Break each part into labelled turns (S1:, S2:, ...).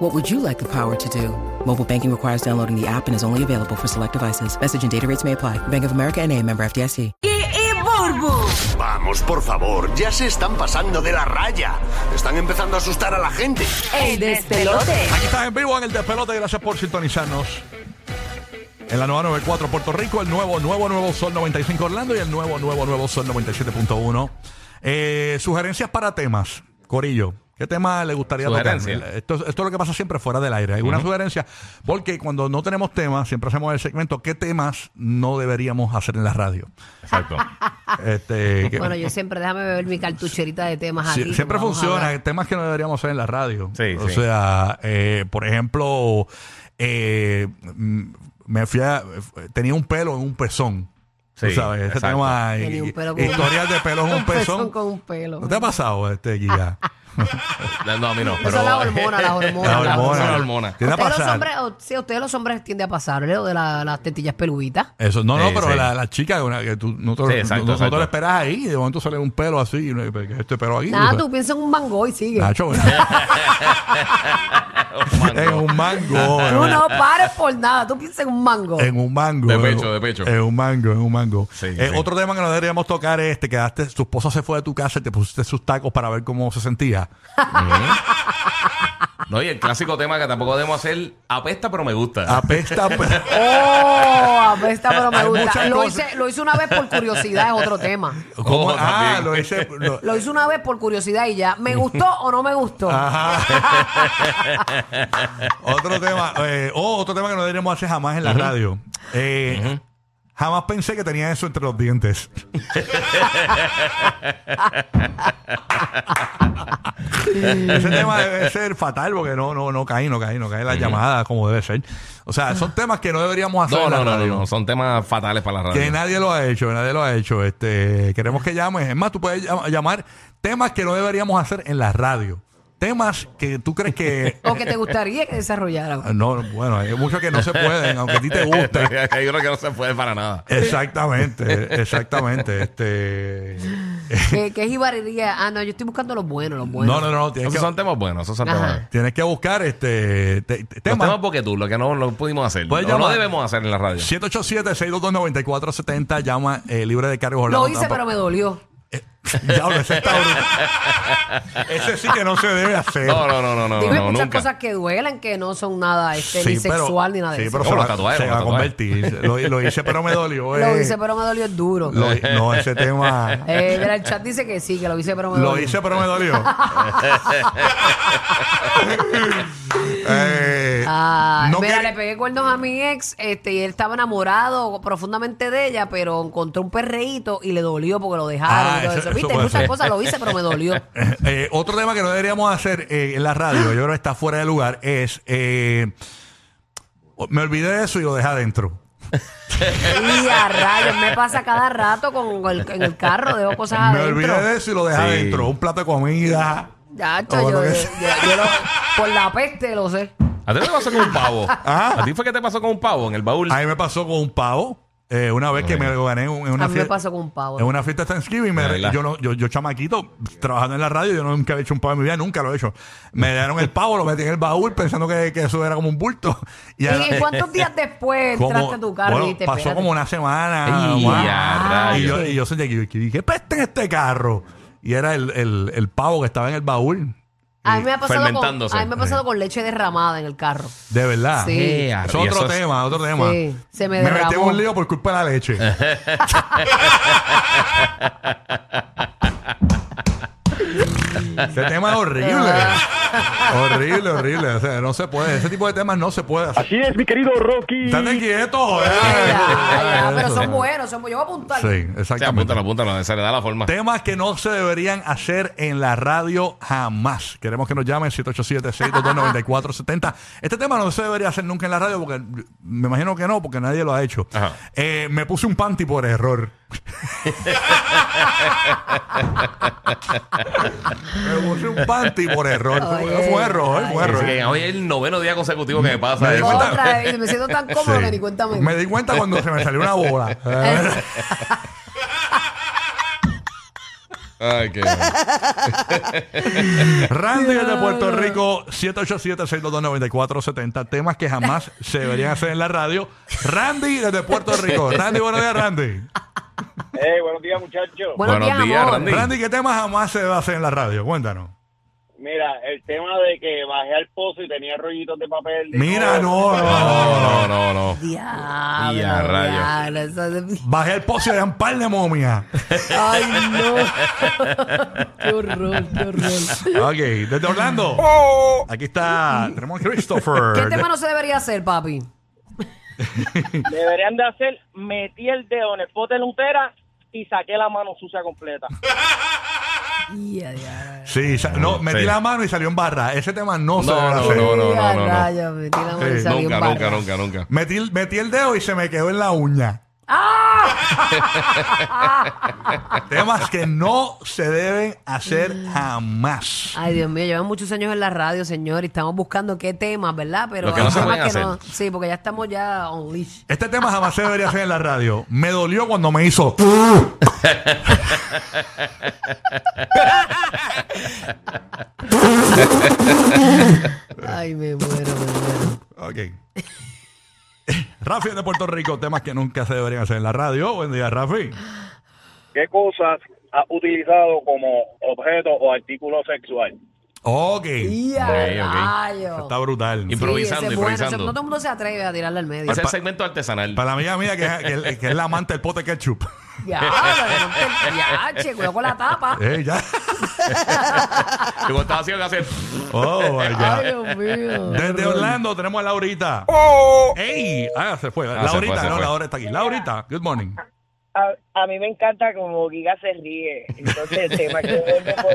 S1: What would you like the power to do? Mobile banking requires downloading the app and is only available for select devices. Message and data rates may apply. Bank of America and a member FDIC.
S2: y Burbu.
S3: Vamos, por favor, ya se están pasando de la raya. Están empezando a asustar a la gente.
S2: El despelote.
S4: Aquí estás en vivo en el despelote. Gracias por sintonizarnos. En la nueva 94 Puerto Rico, el nuevo, nuevo, nuevo Sol 95 Orlando y el nuevo, nuevo, nuevo Sol 97.1. Eh, sugerencias para temas, Corillo. ¿Qué tema le gustaría tocar?
S5: Sugerencias.
S4: Esto, esto es lo que pasa siempre fuera del aire. ¿Alguna sugerencia? Porque cuando no tenemos temas, siempre hacemos el segmento ¿Qué temas no deberíamos hacer en la radio?
S5: Exacto.
S4: Este, que-
S6: Bueno, yo siempre déjame beber mi cartucherita de temas
S4: Sie-
S6: aquí. que
S4: siempre
S6: vamos a
S4: funciona,
S6: hablar.
S4: temas que no deberíamos hacer en la radio.
S5: Sí,
S4: o
S5: sí.
S4: sea, eh, por ejemplo, eh, mm, me fui a, tenía un pelo en un pezón. Tú
S5: Sí,
S4: sabes, este
S5: exacto.
S4: tema,
S6: Tenía
S4: eh,
S6: un pelo con-
S4: historias de pelo en un
S6: Un pezón
S4: pezón.
S6: con un pelo. Ah,
S4: ¿No te ha pasado este guía?
S5: No, a mí no.
S6: Eso es la hormona, la hormona.
S4: La hormona.
S5: La hormona.
S4: Tiene a
S6: Ustedes los
S4: pasar.
S6: hombres, o- sí, a ustedes los hombres tiende a pasar, ¿eh? Lo de la- las tetillas peluditas.
S4: Eso, no,
S5: Sí,
S4: no, pero
S5: sí.
S4: la, la chica una- que tú no te,
S5: Sí, exacto,
S4: no- no te
S5: exacto.
S4: lo esperas ahí, de momento sale un pelo así, y uno dice, "¿Qué es este pelo aquí.
S6: Nada,
S4: O sea,
S6: tú piensas en un mango y sigue.
S4: Nacho,
S5: Oh,
S4: en un mango. en
S6: Tú
S4: un-
S6: no pares por nada, tú piensas en un mango.
S4: En un mango.
S5: De pecho, de pecho.
S4: En un mango, en un mango.
S5: Sí,
S4: Eh,
S5: sí.
S4: Otro tema que no deberíamos tocar es, te quedaste, tu esposa se fue de tu casa y te pusiste sus tacos para ver cómo se sentía.
S5: No, y el clásico tema que tampoco debemos hacer, apesta pero me gusta.
S4: Apesta. pues, pe-
S6: Oh, apesta, pero me
S4: Hay
S6: gusta.
S4: muchas
S6: Lo
S4: cosas.
S6: hice, lo hice una vez por curiosidad, es otro tema.
S4: ¿Cómo? ah,
S5: Oh, también.
S4: lo hice. lo-
S6: Lo hice una vez por curiosidad y ya. ¿Me gustó o no me gustó?
S4: Ah. otro tema. eh, oh, otro tema que no deberíamos hacer jamás en la radio. Eh, Jamás pensé que tenía eso entre los dientes. Ese tema debe ser fatal porque no, no, no cae, no cae, no cae la llamada como debe ser. O sea, son temas que no deberíamos hacer.
S5: No,
S4: en la
S5: no, no, no,
S4: radio.
S5: no, Son temas fatales para la radio.
S4: Que nadie lo ha hecho, nadie lo ha hecho. Este, queremos que llames. Es más, tú puedes llam- llamar temas que no deberíamos hacer en la radio. Temas que tú crees que.
S6: ¿O que te gustaría que desarrollara?
S4: No, no, bueno, hay muchos que no se pueden, aunque a ti te guste. Eh,
S5: Hay uno que no se puede para nada.
S4: Exactamente, exactamente. Este.
S6: ¿Qué, qué jibarería? Ah, no, yo estoy buscando los buenos, los buenos.
S4: No, no, no, tienes
S5: Esos
S4: que,
S5: son temas buenos, esos son
S6: Ajá.
S5: temas.
S4: tienes que buscar este te- te-
S5: Los temas
S4: tema. Pues
S5: porque tú, lo que no lo pudimos hacer.
S4: Puedes
S5: o no
S4: llamar.
S5: debemos hacer en la radio.
S4: 787-622-9470, llama eh, libre de cargos
S6: Lo
S4: Orlando,
S6: hice,
S4: Tampa.
S6: pero me dolió.
S4: Diablo, ese está brutal. Ese sí que no se debe hacer.
S5: No, no, no, no, no,
S6: Dime
S5: no,
S6: muchas
S5: nunca.
S6: cosas que duelen, que no son nada este, ni
S4: Sí, pero-
S6: sexual ni nada
S4: sí,
S6: de eso.
S4: pero
S5: No,
S4: se
S5: los
S4: va,
S5: tatuajes,
S4: se
S5: los
S4: va a
S5: tatuajes.
S4: convertir. Lo, lo hice, pero me dolió. eh.
S6: Lo hice, pero me dolió es duro.
S4: Lo hi- no, ese tema.
S6: Eh, mira, el chat dice que sí, que lo hice, pero me
S4: Lo
S6: dolió.
S4: hice, pero me dolió. Eh,
S6: Ah,
S4: no
S6: mira,
S4: que-
S6: le pegué cuernos a mi ex este, y él estaba enamorado profundamente de ella, pero encontró un perreíto y le dolió porque lo dejaron.
S4: Ah,
S6: y todo eso.
S4: eso- eso
S6: Viste,
S4: puede
S6: muchas
S4: ser.
S6: cosas lo hice, pero me dolió.
S4: Eh, otro tema que no deberíamos hacer eh, en la radio, yo creo que está fuera de lugar, es. eh, me olvidé de eso y lo dejé adentro.
S6: y a rayos, me pasa cada rato con el- en el carro, dejo cosas
S4: Me
S6: adentro.
S4: olvidé de eso y lo dejé
S5: Sí.
S4: adentro. Un plato de comida.
S6: Ya,
S4: O
S6: cho,
S4: lo
S6: yo,
S4: que
S6: yo-
S4: sea.
S6: yo lo- por la peste lo sé.
S5: ¿A ti te pasó con un pavo? ¿A ti fue que te pasó con un pavo en el baúl?
S4: A mí me pasó con un pavo. eh, una vez que me lo gané en una
S6: A mí me
S4: fie-
S6: pasó con un pavo.
S4: En una fiesta de Thanksgiving, me-
S5: De verdad.
S4: yo, no- yo, yo chamaquito, trabajando en la radio, yo nunca había hecho un pavo en mi vida, nunca lo he hecho. Me dieron el pavo, lo metí en el baúl pensando que, que eso era como un bulto. Y, a-
S6: ¿Y cuántos días después
S4: como-
S6: entraste a tu carro
S4: bueno,
S6: y te
S4: pasó
S6: espérate?
S4: como una semana.
S5: Y
S4: wow.
S5: a
S4: y, yo,
S6: rayos.
S4: y yo sentía que yo- ¿qué peste en este carro? Y era el, el, el pavo que estaba en el baúl.
S6: A mí me ha pasado, con,
S5: fermentándose.
S6: a mí me ha pasado con leche derramada en el carro.
S4: De verdad.
S6: Sí.
S5: Eh,
S4: Es
S5: y
S4: otro
S5: eso es-
S4: tema, otro tema.
S6: Sí, se me
S4: me metí en
S6: derramó.
S4: un lío por culpa de la leche. Ese tema es horrible.
S6: Ah.
S4: horrible, horrible. O sea, no se puede. Ese tipo de temas no se puede hacer.
S7: Así es, mi querido Rocky.
S4: Estate quieto, joder.
S6: Ya, ya, pero
S4: Eso.
S6: son buenos, son buenos. Yo voy a apuntar.
S4: Sí,
S5: Sí, apúntalo,
S4: exactamente.
S5: apúntalo, se le da la forma.
S4: Temas que no se deberían hacer en la radio jamás. Queremos que nos llamen 787-622-9470. Este tema no se debería hacer nunca en la radio porque me imagino que no, porque nadie lo ha hecho.
S5: Ajá.
S4: Eh, me puse un panty por error. Me puse un panty por error. Fue un error, ¿eh? fue un
S5: Así
S4: error.
S5: que hoy es el noveno día consecutivo que me pasa
S4: Me di
S5: eso.
S4: cuenta-
S6: Otra vez, me siento tan cómodo
S4: Sí.
S6: que ni cuenta me.
S4: Me di cuenta cuando se me salió una bola.
S5: Ay, qué...
S4: Randy desde Puerto Rico, 787-622-9470. Temas que jamás se deberían hacer en la radio. Randy desde Puerto Rico. Randy, buenos días, Randy.
S7: Eh, buenos días, muchachos.
S6: Buenos,
S5: Buenos
S6: días,
S5: días,
S6: amor.
S5: Randy. Sí.
S4: Randy, ¿qué temas jamás se debe hacer en la radio? Cuéntanos.
S7: Mira, el tema de que bajé al pozo y tenía rollitos de papel. de
S4: Mira,
S7: todo.
S4: no, no.
S5: No, no, no, no.
S6: Diablo,
S5: Y a rayos.
S6: diablo, eso es-
S4: Bajé el pozo y era un par de momias.
S6: Ay, no. qué horror, qué horror.
S4: Ok, desde Orlando. Aquí está. Tenemos a Christopher.
S6: ¿Qué tema no se debería hacer, papi?
S8: Deberían de hacer, metí el dedo en el pote de Lutera y saqué la mano sucia completa.
S6: Ya, ya.
S4: Sí, sa- no, metí
S5: Sí.
S4: la mano y salió en barra. Ese tema no, se
S5: No,
S4: debe
S5: no,
S4: hacer.
S5: no, no,
S6: Ya,
S5: no, no.
S6: rayos, metí la mano y
S4: Sí,
S6: salí en
S5: Nunca,
S6: barra.
S5: nunca, nunca, nunca.
S4: Metí, metí el dedo y se me quedó en la uña. Temas que no se deben hacer jamás.
S6: Ay, Dios mío, llevan muchos años en la radio, señor, y estamos buscando qué temas, ¿verdad? Pero
S5: Lo que
S6: hay
S5: no se
S6: temas
S5: pueden
S6: que no-
S5: hacer.
S6: Sí, porque ya estamos ya on leash.
S4: Este tema jamás se debería hacer en la radio. Me dolió cuando me hizo.
S6: Ay, me muero, me muero.
S4: Ok. Rafi de Puerto Rico, temas que nunca se deberían hacer en la radio. Buen día, Rafi.
S7: ¿Qué cosas has utilizado como objeto o artículo sexual?
S4: Ok.
S6: Y a
S5: ok.
S6: rayos.
S4: Está brutal.
S5: Y
S6: Sí,
S5: Improvisando,
S6: ese es bueno,
S5: improvisando.
S6: ese- no todo el mundo se atreve a tirarle al medio.
S5: Ese es el segmento artesanal.
S4: Para la amiga mía, que es, que, que es la amante del pote ketchup.
S6: Ya, ya, che, cuidado con la tapa.
S4: Eh, ya.
S5: Yo estaba haciendo que hacer...
S4: Oh, my God.
S6: Ay, Dios mío.
S4: Desde Orlando tenemos a Laurita.
S8: Oh.
S4: ¡Ey! Ah, se fue.
S5: Ah, se
S4: Laurita,
S5: fue, se
S4: no,
S5: fue.
S4: Laura está aquí. Laurita, good morning.
S8: A, a mí me encanta como Giga se ríe. Entonces, el tema que vuelve por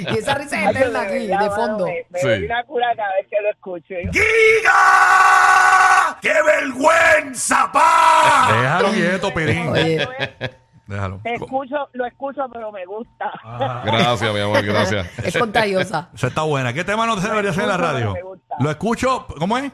S6: Y esa risa es eterna aquí, de fondo.
S8: Me, me
S5: Sí.
S8: doy una cura cada vez que lo escucho. Yo,
S4: ¡Giga! ¡Qué vergüenza, pa! Déjalo quieto, Pirín.
S6: Oye,
S4: Déjalo.
S8: te escucho, lo escucho, pero me gusta.
S6: Ah.
S5: Gracias, mi amor, gracias.
S6: es contagiosa.
S4: Esa está buena. ¿Qué tema no se debería hacer en la
S8: escucho,
S4: radio?
S8: pero me gusta.
S4: Lo escucho, ¿cómo es?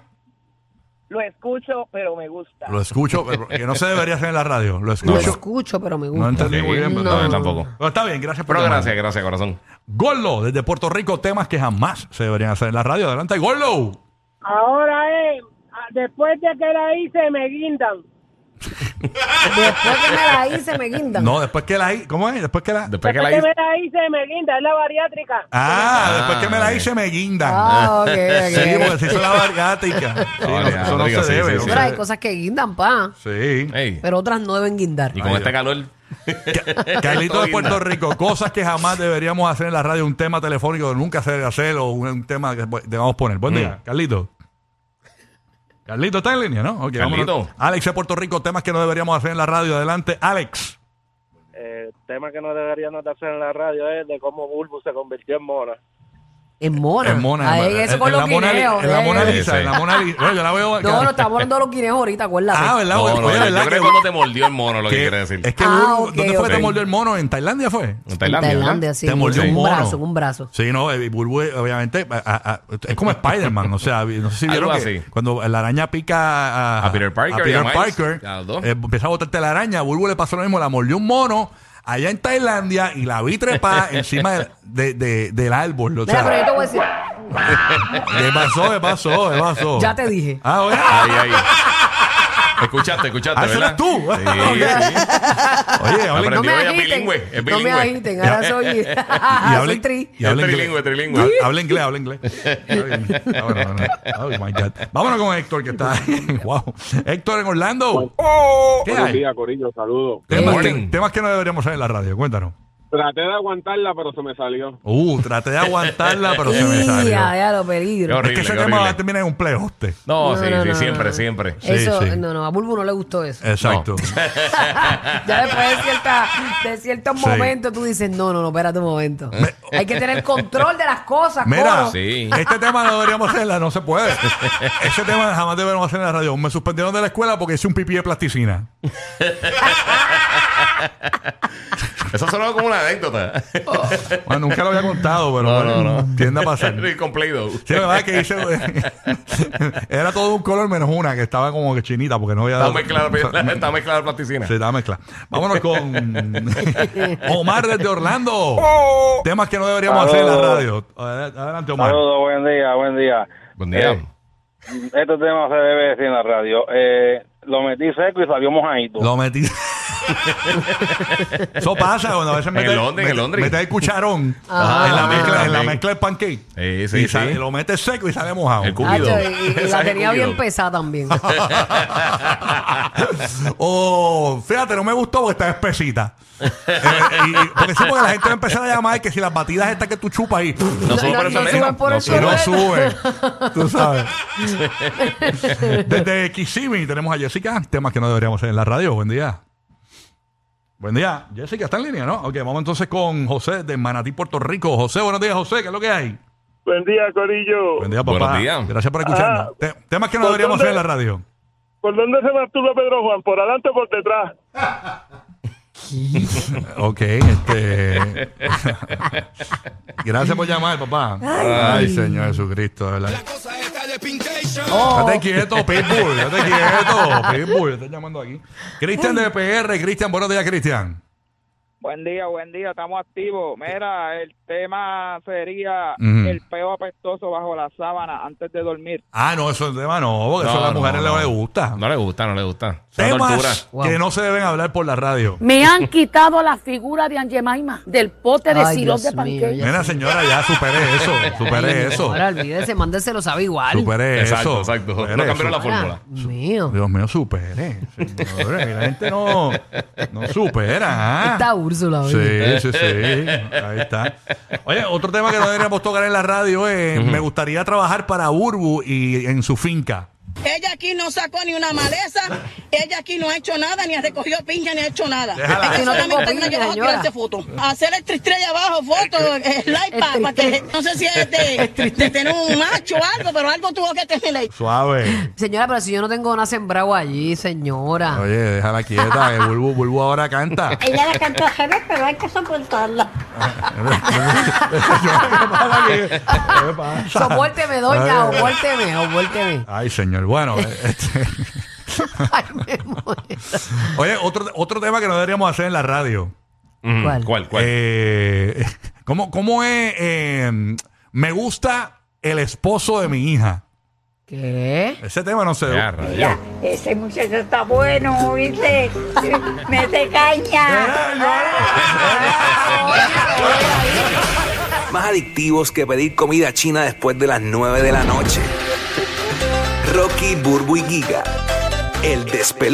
S8: Lo escucho, pero me gusta.
S4: Lo escucho, pero que no se debería hacer en la radio. Lo
S6: Lo
S4: escucho.
S6: escucho, pero me
S4: No
S6: gusta.
S4: entendí muy bien, pero-
S5: No, yo tampoco.
S4: Pero está bien, gracias por
S5: Pero
S4: llamar.
S5: gracias, gracias, corazón.
S4: Gorlo, desde Puerto Rico, temas que jamás se deberían hacer en la radio. Adelante, Gorlo.
S8: Ahora es, después de que la hice, me guindan.
S6: Después que me la hice, me guindan.
S4: No, después que la... hi- ¿Cómo es? Después que la...
S5: Después que la hice...
S8: la hice, me guindan. Es la bariátrica.
S4: Ah,
S5: Ah,
S4: después que me la
S5: ok.
S4: hice me guindan.
S6: Ah, ok,
S4: Sí, porque
S6: ok.
S4: se hizo la variática. Sí, no,
S5: Alejandro,
S4: eso no
S5: diga,
S4: se
S5: sí,
S4: debe.
S5: sí,
S4: no
S5: sí.
S6: Pero hay
S4: se-
S6: cosas que guindan, pa.
S4: Sí.
S5: Ey,
S6: Pero otras no deben guindar.
S5: y con este calor...
S4: Carlito de
S5: Todo
S4: Puerto
S5: guinda.
S4: Rico, cosas que jamás deberíamos hacer en la radio, un tema telefónico que nunca se debe hacer o un, un tema que pues, debamos poner. Buen día,
S5: Mm.
S4: Carlito. Carlito está en línea, ¿no? Ok, vámonos.
S5: Carlito.
S4: Alex de Puerto Rico, temas que no deberíamos hacer en la radio. Adelante, Alex.
S7: Eh, El tema que no deberíamos de hacer en la radio es de cómo Bulbu se convirtió en mona.
S6: En mona.
S4: En Mona.
S6: Ahí,
S4: en-
S6: eso
S4: en
S6: con
S4: la
S6: los
S4: Mona Li-
S6: guineos.
S4: en la
S6: eh.
S4: Mona
S5: Sí,
S4: Lisa.
S5: sí.
S4: En la Mona Lisa. Bueno, yo la veo.
S6: No, no, estamos hablando de los guineos ahorita, acuérdate.
S4: Ah, ¿verdad?
S5: No, no,
S4: Oye,
S5: yo
S4: ¿verdad
S5: creo que
S4: que-
S5: cuando te mordió el mono, lo que quiere decir.
S4: Es que
S6: Ah,
S4: Bulbo-
S6: ok,
S4: ¿Dónde fue que
S5: ok.
S4: te mordió el mono? ¿En Tailandia fue?
S5: En
S6: En
S5: Tailandia, ¿verdad?
S6: Tailandia, sí.
S4: Te mordió
S6: en
S4: un
S6: un
S4: mono.
S6: brazo, en un brazo.
S4: Sí, no, el Bulbo, eh, obviamente, a- a- a- es como Spider-Man, o sea, vi- no sé si vieron
S5: Algo
S4: que
S5: así.
S4: cuando la araña pica a,
S5: A Peter Parker
S4: a Peter
S5: y a Miles,
S4: Parker,
S5: a los dos.
S4: eh, empieza a botarte la araña, a Bulbo le pasó lo mismo, la mordió un mono allá en Tailandia y la vi trepar encima de- de- de- del árbol, o
S6: Mira, pero yo
S4: sea,
S6: te voy a decir,
S4: le pasó, le pasó, le pasó.
S6: ya te dije.
S4: Ah, bueno.
S5: Ahí, ahí. Escuchaste, escuchaste,
S4: Ah, ese eres
S5: ¿verdad?
S4: tú.
S5: Sí, sí.
S4: Oye, habla
S5: pero
S6: No me
S5: yo voy a
S6: agiten.
S5: bilingüe, es
S6: No me
S5: bilingüe.
S6: agiten, ahora soy.
S4: y
S6: Ah, soy
S4: habla,
S6: tri.
S4: y habla
S5: Es
S4: inglés.
S5: trilingüe, trilingüe.
S4: Ha- Habla inglés, habla inglés. Está bien. Ah, bueno, bueno. Oh, my God. Vámonos con Héctor, que está. wow. Héctor en Orlando. ¿Qué
S7: Buenos
S4: hay?
S7: días, Corillo, saludos.
S4: Temas
S5: Good
S4: que,
S5: morning.
S4: temas que no deberíamos hacer en la radio, cuéntanos.
S7: Traté de aguantarla, pero se me salió.
S4: Uh, traté de aguantarla, pero se me
S6: Ya,
S4: salió.
S6: ya lo peligro.
S4: Es que
S5: Horrible,
S4: ese
S5: qué
S4: tema va
S5: horrible.
S4: a terminar en un plejote.
S5: No,
S6: No,
S5: sí,
S6: no,
S5: sí,
S6: no,
S5: siempre,
S6: no.
S5: siempre.
S4: Sí,
S6: eso,
S4: sí. Eh.
S6: no, no, a Bulbo no le gustó eso.
S4: Exacto.
S6: Ya después de, cierta- de ciertos
S4: Sí.
S6: momentos tú dices, no, no, no, espérate un momento. Hay que tener control de las cosas,
S4: Mira,
S6: coro.
S5: Sí.
S4: este tema no deberíamos hacerla, no se puede. Ese tema jamás deberíamos hacer en la radio. Me suspendieron de la escuela porque hice un pipí de plasticina.
S5: Eso sonó como una anécdota.
S4: Bueno, nunca lo había contado, pero
S5: No,
S4: bueno,
S5: no, no.
S4: tiende a pasar.
S5: Y con Play-Doh.
S4: Sí, la verdad es que hice. era todo un color menos una que estaba como que chinita porque no había
S5: Está
S4: dado.
S5: mezclada,
S4: o sea,
S5: está mezclada la plasticina.
S4: Ah. Sí, estaba mezclada. Vámonos con Omar desde Orlando. Temas que no deberíamos hacer en la radio. Adel- Adelante, Omar.
S7: Saludos, buen día, buen día.
S5: Buen día.
S7: Eh, este tema se debe decir en la radio. Eh, lo metí seco y salió mojadito.
S4: Lo metí. Eso pasa cuando a veces
S5: En
S4: metes
S5: el Londres, en el
S4: metes-
S5: Londres.
S4: metes el cucharón
S5: Ajá.
S4: en, la mezcla, en la
S5: También.
S4: mezcla del pancake.
S5: Sí, sí,
S4: y sale-
S5: sí.
S4: lo metes seco y sale mojado.
S5: El
S6: Ah,
S5: cúbido.
S6: yo- y- y, la
S5: Sabe
S6: tenía
S5: cúbido.
S6: bien pesada también.
S4: o Oh, fíjate, no me gustó porque está espesita. Eh, y- porque sí, porque la gente va a empezar a llamar que si las batidas estas que tú chupas ahí.
S5: No subo
S6: No,
S5: por
S6: no,
S5: eso
S6: no
S5: mismo.
S6: suben por
S5: No
S6: eso
S4: Y
S5: subo.
S4: no
S6: mismo.
S4: sube, tú sabes. Desde Kissimmee tenemos a Jessica, temas que no deberíamos hacer en la radio. Buen día. Buen día. Jessica, ¿está en línea, no? Ok, vamos entonces con José de Manatí, Puerto Rico. José, buenos días, José, ¿qué es lo que hay?
S9: Buen día, Corillo.
S4: Buen día, papá.
S5: Buenos días.
S4: Gracias por escucharnos.
S9: Ah.
S4: Te- temas que no deberíamos hacer en la radio.
S9: ¿Por dónde se masturba Pedro Juan? ¿Por adelante o por detrás?
S4: Ok, este. Gracias por llamar, papá. Ay, Señor Jesucristo, de verdad.
S6: Oh,
S4: Date quieto, Pitbull. Date quieto, Pitbull. Estás llamando aquí. Cristian de PR. Cristian, buenos días, Cristian.
S10: Buen día, buen día, estamos activos. Mira, el tema sería
S5: Mm.
S4: Ujú.
S10: el peo apestoso bajo la sábana antes de dormir.
S4: Ah, no, eso es tema no, porque eso a las
S5: no,
S4: mujeres
S5: no.
S4: no les gusta.
S5: No le gusta, no le gusta. Es una tortura.
S4: Temas que no se deben hablar por la radio.
S11: Me han quitado la figura de Angemaima del pote de
S6: Ay,
S11: sirope de
S6: Dios mío,
S11: panqueque.
S6: ya
S4: Mira, señora, ya supere eso. Supere eso.
S6: Ahora olvídese, mándeselo, sabe igual.
S4: Supere
S5: Exacto,
S4: eso.
S5: exacto.
S4: supere
S5: No cambiaron
S4: eso.
S5: la fórmula.
S6: Dios mío.
S4: Dios mío, supere. señores. La gente no, no supera. ¿ah?
S6: Está Úrsula hoy.
S4: Sí, sí, sí. Ahí está. Oye, otro tema que no deberíamos tocar en la radio es: me gustaría trabajar para Urbu y en su finca.
S11: Ella aquí no sacó ni una maleza, ella aquí no ha hecho nada, ni ha recogido piña, ni ha hecho nada.
S4: Déjala.
S6: Es que no tengo
S11: solamente
S6: piña,
S11: anda abajo a
S6: señora.
S11: tirarse fotos. Hacer el tristrella abajo, fotos, el like pa- pa' que- no sé si es de, de tener un macho o algo, pero algo tuvo que tener ahí.
S4: Suave.
S6: Señora, pero si yo no tengo nada sembrado allí, señora.
S4: Oye, déjala quieta, que Bulbu, Bulbu ahora canta.
S11: Ah.
S4: Ah,
S11: Ella la cantó al revés, pero hay que soportarla.
S6: Sopórteme, doña, o vuélteme, o vuélteme.
S4: Ay, señor. Bueno, este,
S6: Ay, me muero.
S4: oye, otro, otro tema que no deberíamos hacer en la radio.
S5: Mm,
S6: ¿Cuál?
S5: ¿Cuál? cuál?
S4: Eh, ¿cómo, cómo es? eh, me gusta el esposo de mi hija.
S6: ¿Qué?
S4: Ese tema no se.
S5: Ya, rayos.
S11: Ese muchacho está bueno, ¿viste? Mete caña.
S12: Más adictivos que pedir comida china después de las 9 de la noche. Rocky, Burbu y Giga. El despelote.